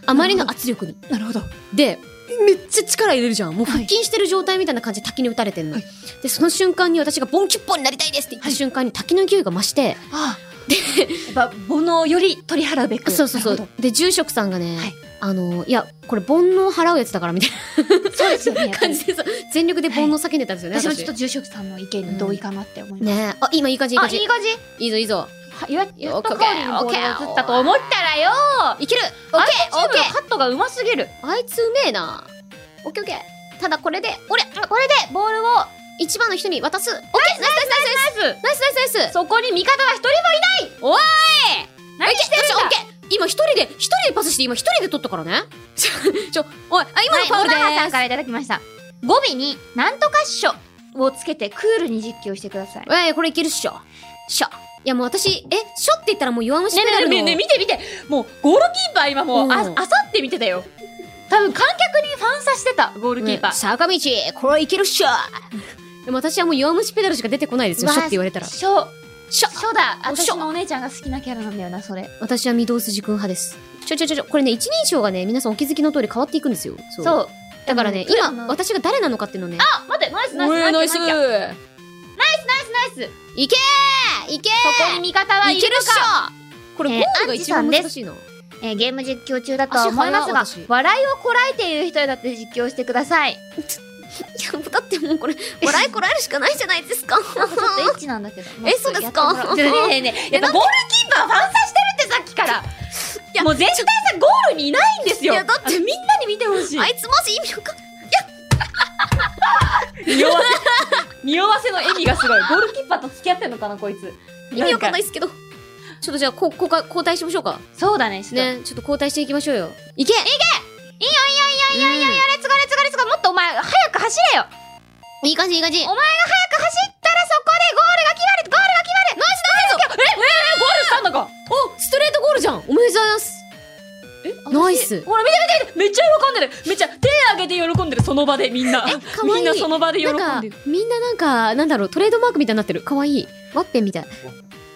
Speaker 1: あまりの圧力に。
Speaker 2: なるほど
Speaker 1: で、めっちゃ力入れるじゃん。もう腹筋してる状態みたいな感じで滝に打たれてんの。
Speaker 2: はい
Speaker 1: で、その瞬間に私がボンキュッポンになりたいですって言った瞬間に滝の勢いが増して、
Speaker 2: あでやっぱ煩悩より取り払うべく
Speaker 1: そうそうそ
Speaker 2: なる
Speaker 1: う。で、住職さんがね、
Speaker 2: はい
Speaker 1: あの、いや、これ煩悩払うやつだからみたい
Speaker 2: ほどそうですよね
Speaker 1: な感じでさ、全力で煩悩叫んでたんですよね。
Speaker 2: 私もちょっと住職さんの意見に同意かなって思います、
Speaker 1: ねえあ、今いい感じいい感じ。
Speaker 3: 感じ
Speaker 1: いいぞいいぞ。
Speaker 2: はややっと
Speaker 1: オッケー
Speaker 2: カオリにボール
Speaker 1: オッケー
Speaker 2: が移ったと思ったらよ
Speaker 1: いけるオ
Speaker 2: オ
Speaker 1: ッ
Speaker 2: ッケ
Speaker 1: ケ
Speaker 2: ー
Speaker 1: ーオ
Speaker 2: オ
Speaker 1: ッ
Speaker 2: ッ
Speaker 1: ケ
Speaker 2: ケ
Speaker 1: ー
Speaker 2: ーカットがうますぎる
Speaker 1: あいつうめえな。オッケーオッケー。ただこれで、俺、あこれでボールを一番の人に渡す。オッケーナイスナイス
Speaker 2: ナイ
Speaker 1: ナイスナイスナイスナイスナイス
Speaker 2: そこに味方は一人もいないおい何してるん
Speaker 1: よし
Speaker 2: だ
Speaker 1: オッケー今一人で、一人でパスして、今一人で取ったからね。 ちょ、ちょ、おい、あ、今のファウルで
Speaker 2: はい野
Speaker 1: ー
Speaker 2: 川さ
Speaker 1: す
Speaker 2: ん。からいただきました語尾に「なんとかっしょ」をつけてクールに実況してくださいね
Speaker 1: ええこれいけるっしょ。しょ。いやもう私、え、しょって言ったらもう弱虫ペダルの。
Speaker 2: ねねね見て見てもうゴールキーパー今もうあ
Speaker 1: う
Speaker 2: あ
Speaker 1: ん
Speaker 2: さって見てたよ多分観客にファンさしてたゴールキーパ
Speaker 1: うん
Speaker 2: ー、
Speaker 1: 坂道、これいけるっしょ。でも私はもう弱虫ペダルしか出てこないですよ。しょって言われたら。
Speaker 2: しょ
Speaker 1: しょ
Speaker 2: しょだ
Speaker 1: おし
Speaker 2: 私
Speaker 1: ょ
Speaker 2: のお姉ちゃんが好きなキャラなんだよなそれ
Speaker 1: 私は御堂筋くん派です。ちょちょちょちょ、これね、一人称がね、皆さんお気づきの通り変わっていくんですよ。そ
Speaker 2: そう
Speaker 1: だからね、
Speaker 2: あ
Speaker 1: 今、
Speaker 2: の
Speaker 1: 私が誰なのかっていうのをね。あ
Speaker 2: あ待ってナイスナイス
Speaker 1: おい
Speaker 2: ナ
Speaker 1: ナ
Speaker 2: イ
Speaker 1: イ
Speaker 2: ス
Speaker 1: ス
Speaker 2: ナイスナイスナイス
Speaker 1: いけーいけ
Speaker 2: ここに味方はい
Speaker 1: ー
Speaker 2: る
Speaker 1: いけるっし
Speaker 2: のか
Speaker 1: ょこれ、
Speaker 2: えー
Speaker 1: ゴールが一番
Speaker 2: アンジさんです
Speaker 1: 難しいな。
Speaker 2: えーゲーム実況中だとは思いますが
Speaker 1: 足早い私
Speaker 2: 笑いをこらえている人にだって実況してくだ さい
Speaker 1: いや、だってもうこれ、笑いこらえるしかないじゃないですか。
Speaker 2: なんかちょっとエッチなんだけど
Speaker 1: えそうですか
Speaker 2: ちょっと ねえねえやっぱゴールキーパーファンサしてるってさっきから
Speaker 1: いや
Speaker 2: もう絶対さゴールにいないんですよ
Speaker 1: いやだって
Speaker 2: あみんなに見てほしい
Speaker 1: あいつマジ意味わかん
Speaker 2: 匂わせ匂わせの笑みがすごいゴールキーパーと付き合ってんのかなこいつ
Speaker 1: 意味わかんない
Speaker 2: い
Speaker 1: ですけど。ちょっとじゃあ、こ、こか、交代しましょうか。
Speaker 2: そうだねちょっと
Speaker 1: ね、ちょっと交代していきましょうよ。いけいけいいよいいよいいよいいよいいよ
Speaker 2: レッツゴーレッツゴーレッツゴーもっとお前早く走れよ
Speaker 1: いい感じいい感じ。
Speaker 2: お前が早く走ったらそこでゴールが決まるゴールが決まるナイスナイスええゴールしたんだか
Speaker 1: おストレートゴールじゃんおめでとうございます
Speaker 2: え
Speaker 1: ナイス
Speaker 2: ほら見て見て見てめっちゃ喜んでるめっちゃ手上げて喜んでるその場でみんな
Speaker 1: えかわいい
Speaker 2: みんなその場で喜
Speaker 1: なんか
Speaker 2: んでる、
Speaker 1: みんななんか、なんだろう、トレードマークみたいになってる。かわいい。ワッペンみたい。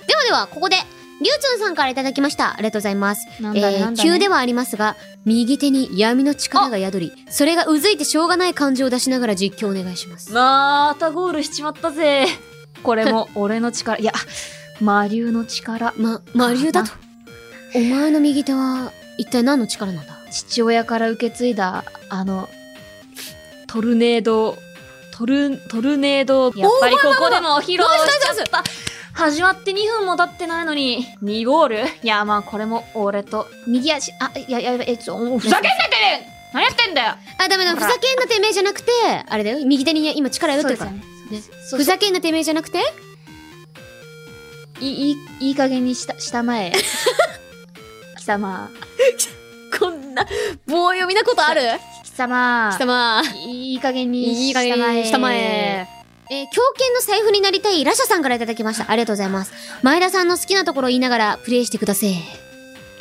Speaker 1: ではでは、ここで、りゅうつんさんからいただきました。ありがとうございます。
Speaker 2: な
Speaker 1: えー、急ではありますが、右手に闇の力が宿り、それがうずいてしょうがない感情を出しながら実況お願いします。
Speaker 2: またゴールしちまったぜこれも俺の力いや魔竜の力
Speaker 1: ま、魔竜だと。お前の右手は、一体何の力なんだ
Speaker 2: 父親から受け継いだあのトルネードトルトルネードやっぱりここでも披露しちゃった始まって2分も経ってないのに2ゴールいやまあこれも俺と右足あいやいやえちょおふざけんなてめえ何やってんだよ
Speaker 1: あ、ダメだ、
Speaker 2: ほ
Speaker 1: ふ
Speaker 2: ら
Speaker 1: ざけんなてめえじゃなくて、あれだよ、右手に今力宿ってるから。ね
Speaker 2: そうですよねそう
Speaker 1: ふざけんなてめえじゃなくて、
Speaker 2: いい、いい加減にした、したま え。貴様、
Speaker 1: こんな、棒読みなことある
Speaker 2: 貴様、
Speaker 1: 貴様。
Speaker 2: いい加減に
Speaker 1: いい加減
Speaker 2: したまえ。
Speaker 1: にしたまえ。えー狂犬の財布になりたいラシャさんからいただきました。ありがとうございます。前田さんの好きなところを言いながらプレイしてください。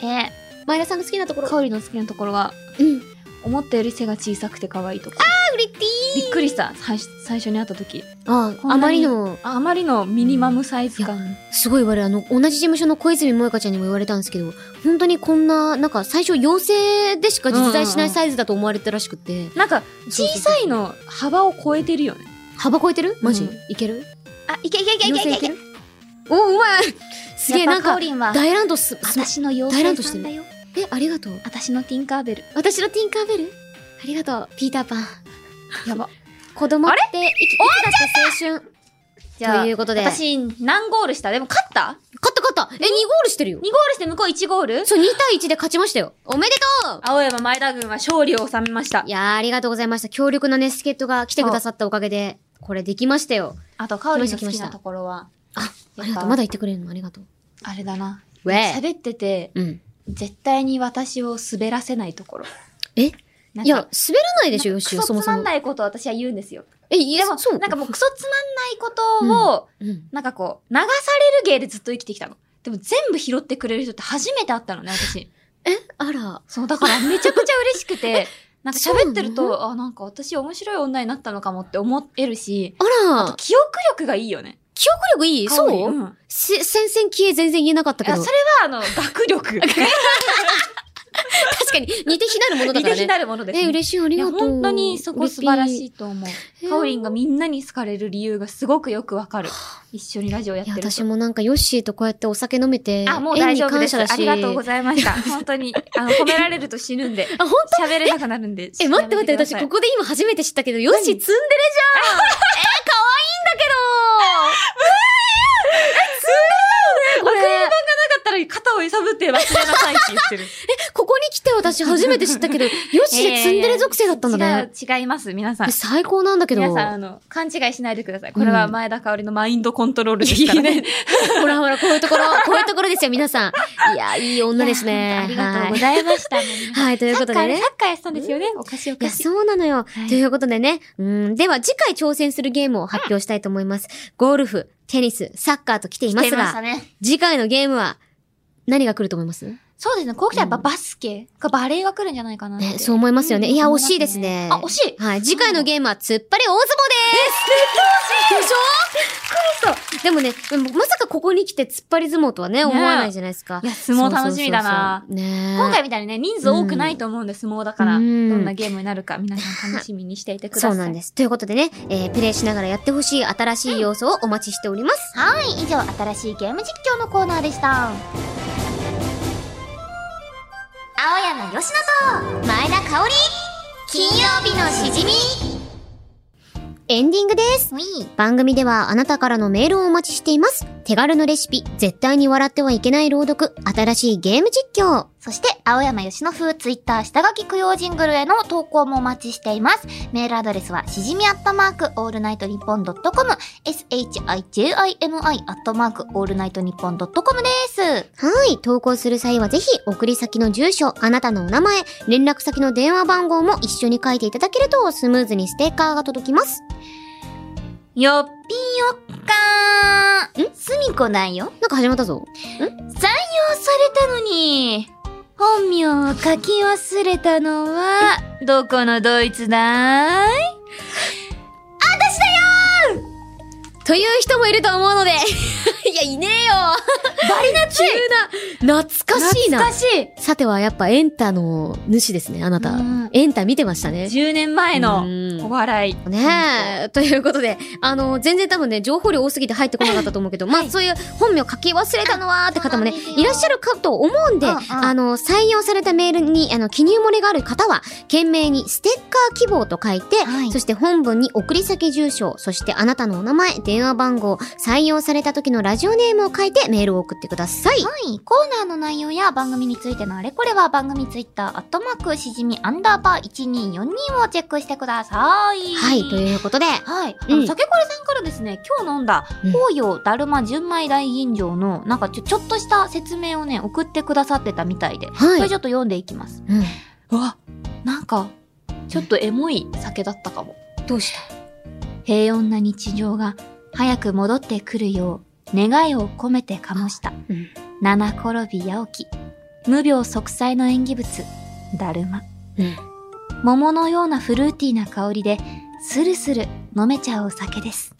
Speaker 2: え、
Speaker 1: 前田さんの好きなところ。
Speaker 2: 香りの好きなところは、
Speaker 1: うん。
Speaker 2: 思ったより背が小さくて可愛いとこ。
Speaker 1: あ、うれって
Speaker 2: びっくりした、最初最初に会った時。
Speaker 1: あ
Speaker 2: こんなに
Speaker 1: あまりの、
Speaker 2: ああまりのミニマムサイズ
Speaker 1: い
Speaker 2: 感。
Speaker 1: すごい言われる、あの、同じ事務所の小泉萌香ちゃんにも言われたんですけど、本当にこんな、なんか最初妖精でしか実在しないサイズだと思われてたらしくって、
Speaker 2: なんか、
Speaker 1: そうそう
Speaker 2: 小さいの幅を超えてるよね。
Speaker 1: 幅超えてるマジ、
Speaker 2: うん
Speaker 1: いける
Speaker 2: あ、いけいけいけいけい
Speaker 1: 妖精
Speaker 2: けい
Speaker 1: いけ
Speaker 2: け
Speaker 1: るお、うまいすげえ、なん
Speaker 2: やっぱ
Speaker 1: か
Speaker 2: 香、りんは、
Speaker 1: 大乱闘す、す
Speaker 2: 私の
Speaker 1: 大
Speaker 2: 妖
Speaker 1: 乱
Speaker 2: 精
Speaker 1: 闘し
Speaker 2: さ
Speaker 1: てる
Speaker 2: んだよ。
Speaker 1: え、ありがとう。
Speaker 2: 私のティンカーベル。
Speaker 1: 私のティンカーベルありがとう、ピーターパン。
Speaker 2: やば。
Speaker 1: 子供って、いきいつだって青春。
Speaker 2: じゃあ、
Speaker 1: ということで
Speaker 2: 私、何ゴールしたでも勝った
Speaker 1: 勝った勝ったえ、2ゴールしてるよ
Speaker 2: ?2 ゴールして向こう1ゴール
Speaker 1: そう、2対1で勝ちましたよ。おめでとう
Speaker 2: 青山前田軍は勝利を収めました
Speaker 1: い。やー、ありがとうございました。強力なね、助っ人が来てくださったおかげで、これできましたよ。
Speaker 2: あと、カオリン
Speaker 1: 来
Speaker 2: の好
Speaker 1: まし
Speaker 2: き
Speaker 1: た来ました
Speaker 2: なところは、
Speaker 1: あ、
Speaker 2: や
Speaker 1: あ
Speaker 2: っぱ
Speaker 1: りがとう。まだ言ってくれるのありがとう。
Speaker 2: あれだな。
Speaker 1: ウェイ
Speaker 2: 喋ってて、
Speaker 1: うん。
Speaker 2: 絶対に私を滑らせないところ。
Speaker 1: えい
Speaker 2: なんか
Speaker 1: や、滑らないでしょ、
Speaker 2: なん
Speaker 1: よし
Speaker 2: かク
Speaker 1: よ、そ
Speaker 2: ソ
Speaker 1: も
Speaker 2: つ
Speaker 1: そ
Speaker 2: まん
Speaker 1: も。
Speaker 2: ないことを私は言うんですよ。
Speaker 1: え、い
Speaker 2: で
Speaker 1: や、
Speaker 2: も
Speaker 1: そう。、
Speaker 2: なんかもうクソつまんないことを、
Speaker 1: うん。
Speaker 2: なんかこう、流される芸でずっと生きてきたの。でも全部拾ってくれる人って初めて会ったの ね、私。
Speaker 1: え、あら。
Speaker 2: そう、だからめちゃくちゃ嬉しくて、 なんか喋ってる
Speaker 1: そう
Speaker 2: と、あ、なんか私面白い女になったのかもって思えるし、
Speaker 1: あ
Speaker 2: あと
Speaker 1: ら、
Speaker 2: 記憶力がいいよね。
Speaker 1: 記憶力いい
Speaker 2: カオリン
Speaker 1: そうんせ、先々消え全然言えなかった
Speaker 2: い
Speaker 1: け
Speaker 2: や、
Speaker 1: ど。
Speaker 2: それ
Speaker 1: 確
Speaker 2: は、あの、学力。
Speaker 1: かに、似て非なるものだ
Speaker 2: 似
Speaker 1: から
Speaker 2: て非
Speaker 1: ね。
Speaker 2: なるものです、
Speaker 1: え、嬉しい、あり
Speaker 2: いや、
Speaker 1: がとう。
Speaker 2: 本当にそこ素晴ら
Speaker 1: 嬉
Speaker 2: しいと思
Speaker 1: え
Speaker 2: う。カオリンがみんなに好かれる理由がすごくよくわかる。一緒にラジオやっ
Speaker 1: い
Speaker 2: て
Speaker 1: や、
Speaker 2: ると。
Speaker 1: 私もなんかヨッシーとこうやってお酒飲めて、
Speaker 2: あ、もう大丈夫です。
Speaker 1: 縁に感謝だし
Speaker 2: ありがとうございま した。本当に。あの、褒められると死ぬんで。
Speaker 1: あ、ほん
Speaker 2: 喋れなくなるんで。
Speaker 1: え、待って待って、
Speaker 2: やめ
Speaker 1: 私
Speaker 2: くださ
Speaker 1: こ
Speaker 2: い
Speaker 1: こで今初めて知ったけど、ヨッシーツンデレ じゃんえ、可愛いんだけど
Speaker 2: これ、いさぶって忘れなさいって言って る。
Speaker 1: ここに来て私初めて知ったけど、ヨシでツンデレ属性だ ったんだね。
Speaker 2: 違う、違います、皆さん
Speaker 1: え。最高なんだけど。
Speaker 2: 皆さん、あの、勘違いしないでください。これは前田香織のマインドコントロールですからね。
Speaker 1: ほらほら、こういうところ、こういうところですよ、皆さ ん。いや、いい女ですね。
Speaker 2: いや 本当ありがとうございました。
Speaker 1: はい、はいということでね
Speaker 2: サッカー、サッカーやってたんですよね。おかしいお
Speaker 1: い
Speaker 2: か
Speaker 1: や、
Speaker 2: しい。
Speaker 1: そうなのよ。
Speaker 2: い
Speaker 1: ということでね。うん。では、次回挑戦するゲームを発表したいと思います。ゴルフ、テニス、サッカーと来ています
Speaker 3: 来てまし
Speaker 1: が、
Speaker 3: たね。
Speaker 1: 次回のゲームは、何が来ると思いますね、
Speaker 2: そうですね。こう来たらやっぱバスケかバレーが来るんじゃないかなって。
Speaker 1: そう思いますよね。
Speaker 2: うん
Speaker 1: いや、惜しいですね。
Speaker 2: あ、惜しい
Speaker 1: はい。次回のゲームは、突っ張り大相撲ですえ、絶対惜しいでしょびっくりした。でもね、まさかここに来て突っ張り相撲とはね、
Speaker 2: ね
Speaker 1: 思わないじゃないですか。
Speaker 2: いや、相撲楽しみだな
Speaker 1: そうそうそうそう。ねえ
Speaker 2: 今回みたいにね、人数多くないと思うんで、相撲だから、
Speaker 1: う
Speaker 2: ど
Speaker 1: ん
Speaker 2: んなゲームになるか、皆さん楽しみにしていてくださ
Speaker 1: そ
Speaker 2: い。
Speaker 1: うなんです。ということでね、えー、プレイしながらやってほしい新しい要素をお待ちしております。
Speaker 3: はい、以上、新しいゲーム実況のコーナーでした。青山よしと、前田香織、金曜日のしじみ。
Speaker 1: エンディングです。
Speaker 3: うい
Speaker 1: 番組ではあなたからのメールをお待ちしています。手軽のレシピ、絶対に笑ってはいけない朗読、新しいゲーム実況。
Speaker 3: そして、青山よしの風ツイッター下書き供養ジングルへの投稿もお待ちしています。メールアドレスは、しじみアットマーク、オールナイトニッポンドットコム、shijimi アットマーク、オールナイトニッポンドットコムです。
Speaker 1: はい。投稿する際はぜひ、送り先の住所、あなたのお名前、連絡先の電話番号も一緒に書いていただけると、スムーズにステッカーが届きます。
Speaker 3: よっぴよっかーんすみこだよ。
Speaker 1: なんか始まったぞ。
Speaker 3: 採用されたのに、本名を書き忘れたのは、どこのドイツだーい
Speaker 1: という人もいると思うので。いや、いねえよ。
Speaker 2: バリナチ
Speaker 1: 急な、懐かしいな。
Speaker 2: 懐かしい
Speaker 1: さては、やっぱエンタの主ですね、あなた
Speaker 2: うん。
Speaker 1: エンタ見てましたね。
Speaker 2: !10 年前の
Speaker 1: うん
Speaker 2: お笑い。
Speaker 1: ねえ、ということで、あの、全然多分ね、情報量多すぎて入ってこなかったと思うけど、まあそういう本名書き忘れたのはーって方もね、
Speaker 3: そうなんです
Speaker 1: い
Speaker 3: よ
Speaker 1: らっしゃるかと思うんで、
Speaker 3: うんうん
Speaker 1: あの、採用されたメールに、あの、記入漏れがある方は、懸命にステッカー希望と書いて、
Speaker 3: はい
Speaker 1: そして本文に送り先住所、そしてあなたのお名前、電話番号、採用された時のラジオネームを書いてメールを送ってください。
Speaker 3: はい、コーナーの内容や番組についてのあれこれは番組ツイッター、アットマーク、しじみ、アンダーバー1242をチェックしてください。
Speaker 1: はい、ということで、
Speaker 3: はい。あ
Speaker 1: うん
Speaker 3: の、竹これさんからですね、今日飲んだ
Speaker 1: うん、
Speaker 3: 紅葉だるま純米大吟醸の、なんかちょ、ちょっとした説明をね、送ってくださってたみたいで、
Speaker 1: はい
Speaker 3: それちょっと読んでいきます。
Speaker 1: うん
Speaker 2: うわ、なんか、ちょっとエモい酒だったかも。
Speaker 1: どうした
Speaker 3: 平穏な日常が早く戻ってくるよう願いを込めて醸した
Speaker 1: うん
Speaker 3: 七転び八起き無病息災の縁起物だるま
Speaker 1: うん
Speaker 3: 桃のようなフルーティーな香りでスルスル飲めちゃうお酒です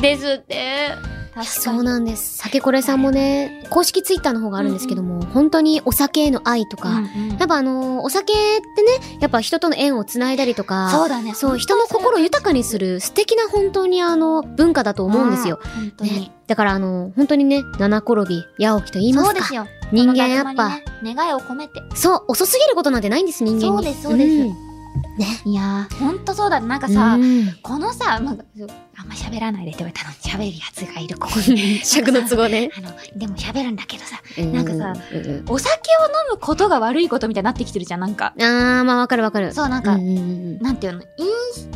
Speaker 2: ですって。
Speaker 1: いや
Speaker 3: 確
Speaker 1: そうなんです。酒これさんもね、公式ツイッターの方があるんですけども、本当にお酒への愛とか、
Speaker 3: うんうん
Speaker 1: やっぱあのーお酒ってね、やっぱ人との縁をつないだりとか、
Speaker 3: そうだね
Speaker 1: そう人の心を豊かにする素敵な本当にあの、文化だと思うんですよ。
Speaker 3: 本当に、
Speaker 1: ね、だからあのー本当にね、七転び、八起きと言いま
Speaker 3: そ
Speaker 1: す
Speaker 3: うで
Speaker 1: か。
Speaker 3: すよ
Speaker 1: 人間やっ
Speaker 3: この
Speaker 1: ぱ
Speaker 3: だ、るまにね願いを込めて
Speaker 1: そう、遅すぎることなんてないんです、人間に。
Speaker 3: そうですそうです
Speaker 1: ん
Speaker 3: いやーほんとそうだねなんかさ、
Speaker 1: うん
Speaker 3: このさ、まあ、あんま喋らないでって言われたのに喋るやつがいるここに
Speaker 1: 尺の都合ね。
Speaker 3: あのでも喋るんだけどさ
Speaker 1: なん
Speaker 3: かさ、
Speaker 1: うんうん
Speaker 2: お酒を飲むことが悪いことみたいになってきてるじゃん、なんか。
Speaker 1: あー、まあわかるわかる。
Speaker 3: そうなんか、
Speaker 1: うんうんうん
Speaker 3: なんていうの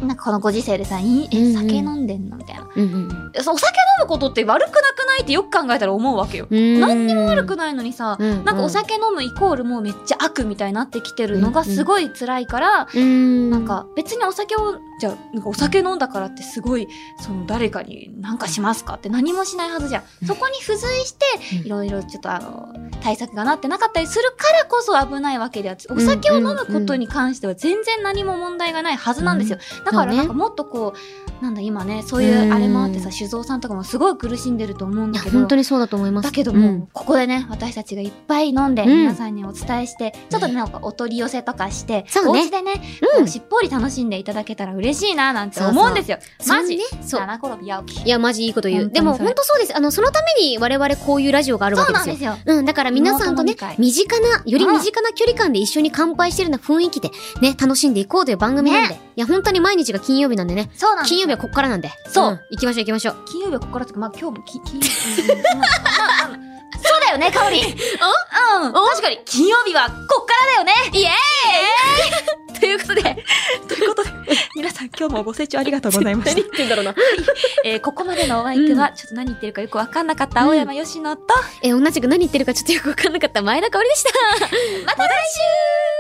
Speaker 3: 飲なんかこのご時世でさ飲
Speaker 1: うんう
Speaker 3: え
Speaker 1: ん
Speaker 3: 酒飲んでんのみたいな、
Speaker 1: うんうん
Speaker 2: そうお酒飲むことって悪くなくないってよく考えたら思うわけよ。
Speaker 1: うん。
Speaker 2: 何にも悪くないのにさ、
Speaker 1: うんうん
Speaker 2: なんかお酒飲むイコールもうめっちゃ悪みたいになってきてるのがすごい辛いから、
Speaker 1: うん。
Speaker 2: なんか別にお酒を、じゃあなんかお酒飲んだからってすごい、その誰かに何かしますかって何もしないはずじゃ
Speaker 1: うん
Speaker 2: ん。そこに付随して
Speaker 1: う、ん
Speaker 2: いろいろちょっとあの、対策がなってなかったりするからこそ危ないわけであって、お酒を飲むことに関しては全然何も問題がないはずなんですよ。だからなん
Speaker 1: そ
Speaker 2: かもっとこう、なんだ今ね、そういうあれもあって
Speaker 1: う
Speaker 2: さ、
Speaker 1: ん
Speaker 2: 酒造さんとかもすごい苦しんでると思うん
Speaker 1: い
Speaker 2: だ
Speaker 1: や、
Speaker 2: けど
Speaker 1: 本当。にそうだと思います。
Speaker 2: だけど
Speaker 1: う
Speaker 2: も、
Speaker 1: ん
Speaker 2: ここでね、私たちがいっぱい飲んで、
Speaker 1: うん
Speaker 2: 皆さんにお伝えして、ちょっとねなんかお取り寄せとかして、
Speaker 1: そうね
Speaker 2: お家でね、
Speaker 1: う
Speaker 2: こ
Speaker 1: ん
Speaker 2: うしっぽり楽しんでいただけたら嬉しいななんて
Speaker 1: そうそう
Speaker 2: 思うんですよ。マジ、
Speaker 1: ね、そう。
Speaker 2: 七転び八起き。
Speaker 1: いや、マジいいこと言う。
Speaker 2: 本
Speaker 1: で
Speaker 2: 当に
Speaker 1: も、
Speaker 2: それ
Speaker 1: 本当そうです。あの、そのために我々こういうラジオがあるわ
Speaker 3: そう
Speaker 1: けで
Speaker 3: なん
Speaker 1: すよ
Speaker 3: で。すよ
Speaker 1: うん、だから皆さんとね
Speaker 3: リモート飲み、会
Speaker 1: 身近な、より身近な距離感で一緒に乾杯してるような雰囲気で、ね、楽しんでいこうという番組なんで。いや、本当に毎日が金曜日なんでね。
Speaker 3: そうなんです
Speaker 1: 金
Speaker 3: よ
Speaker 1: 曜日はこっからなんで。
Speaker 2: そうん
Speaker 1: 行きましょう行きましょう。
Speaker 2: 金曜日はここからとか、まあ今日もき金曜日。うんまあまあまあ
Speaker 3: そうだよね、かおりん。うん確かに、金曜日はこっからだよね。
Speaker 1: イエーイ
Speaker 2: ということで、ということで、皆さん今日もご清聴ありがとうございま した。
Speaker 1: 言ってんだろうな。
Speaker 2: えーここまでのお相手は、ちょっと何言ってるかよくわかんなかった青山佳乃と、
Speaker 1: えー、同じく何言ってるかちょっとよくわかんなかった前田香織でした。
Speaker 3: また来週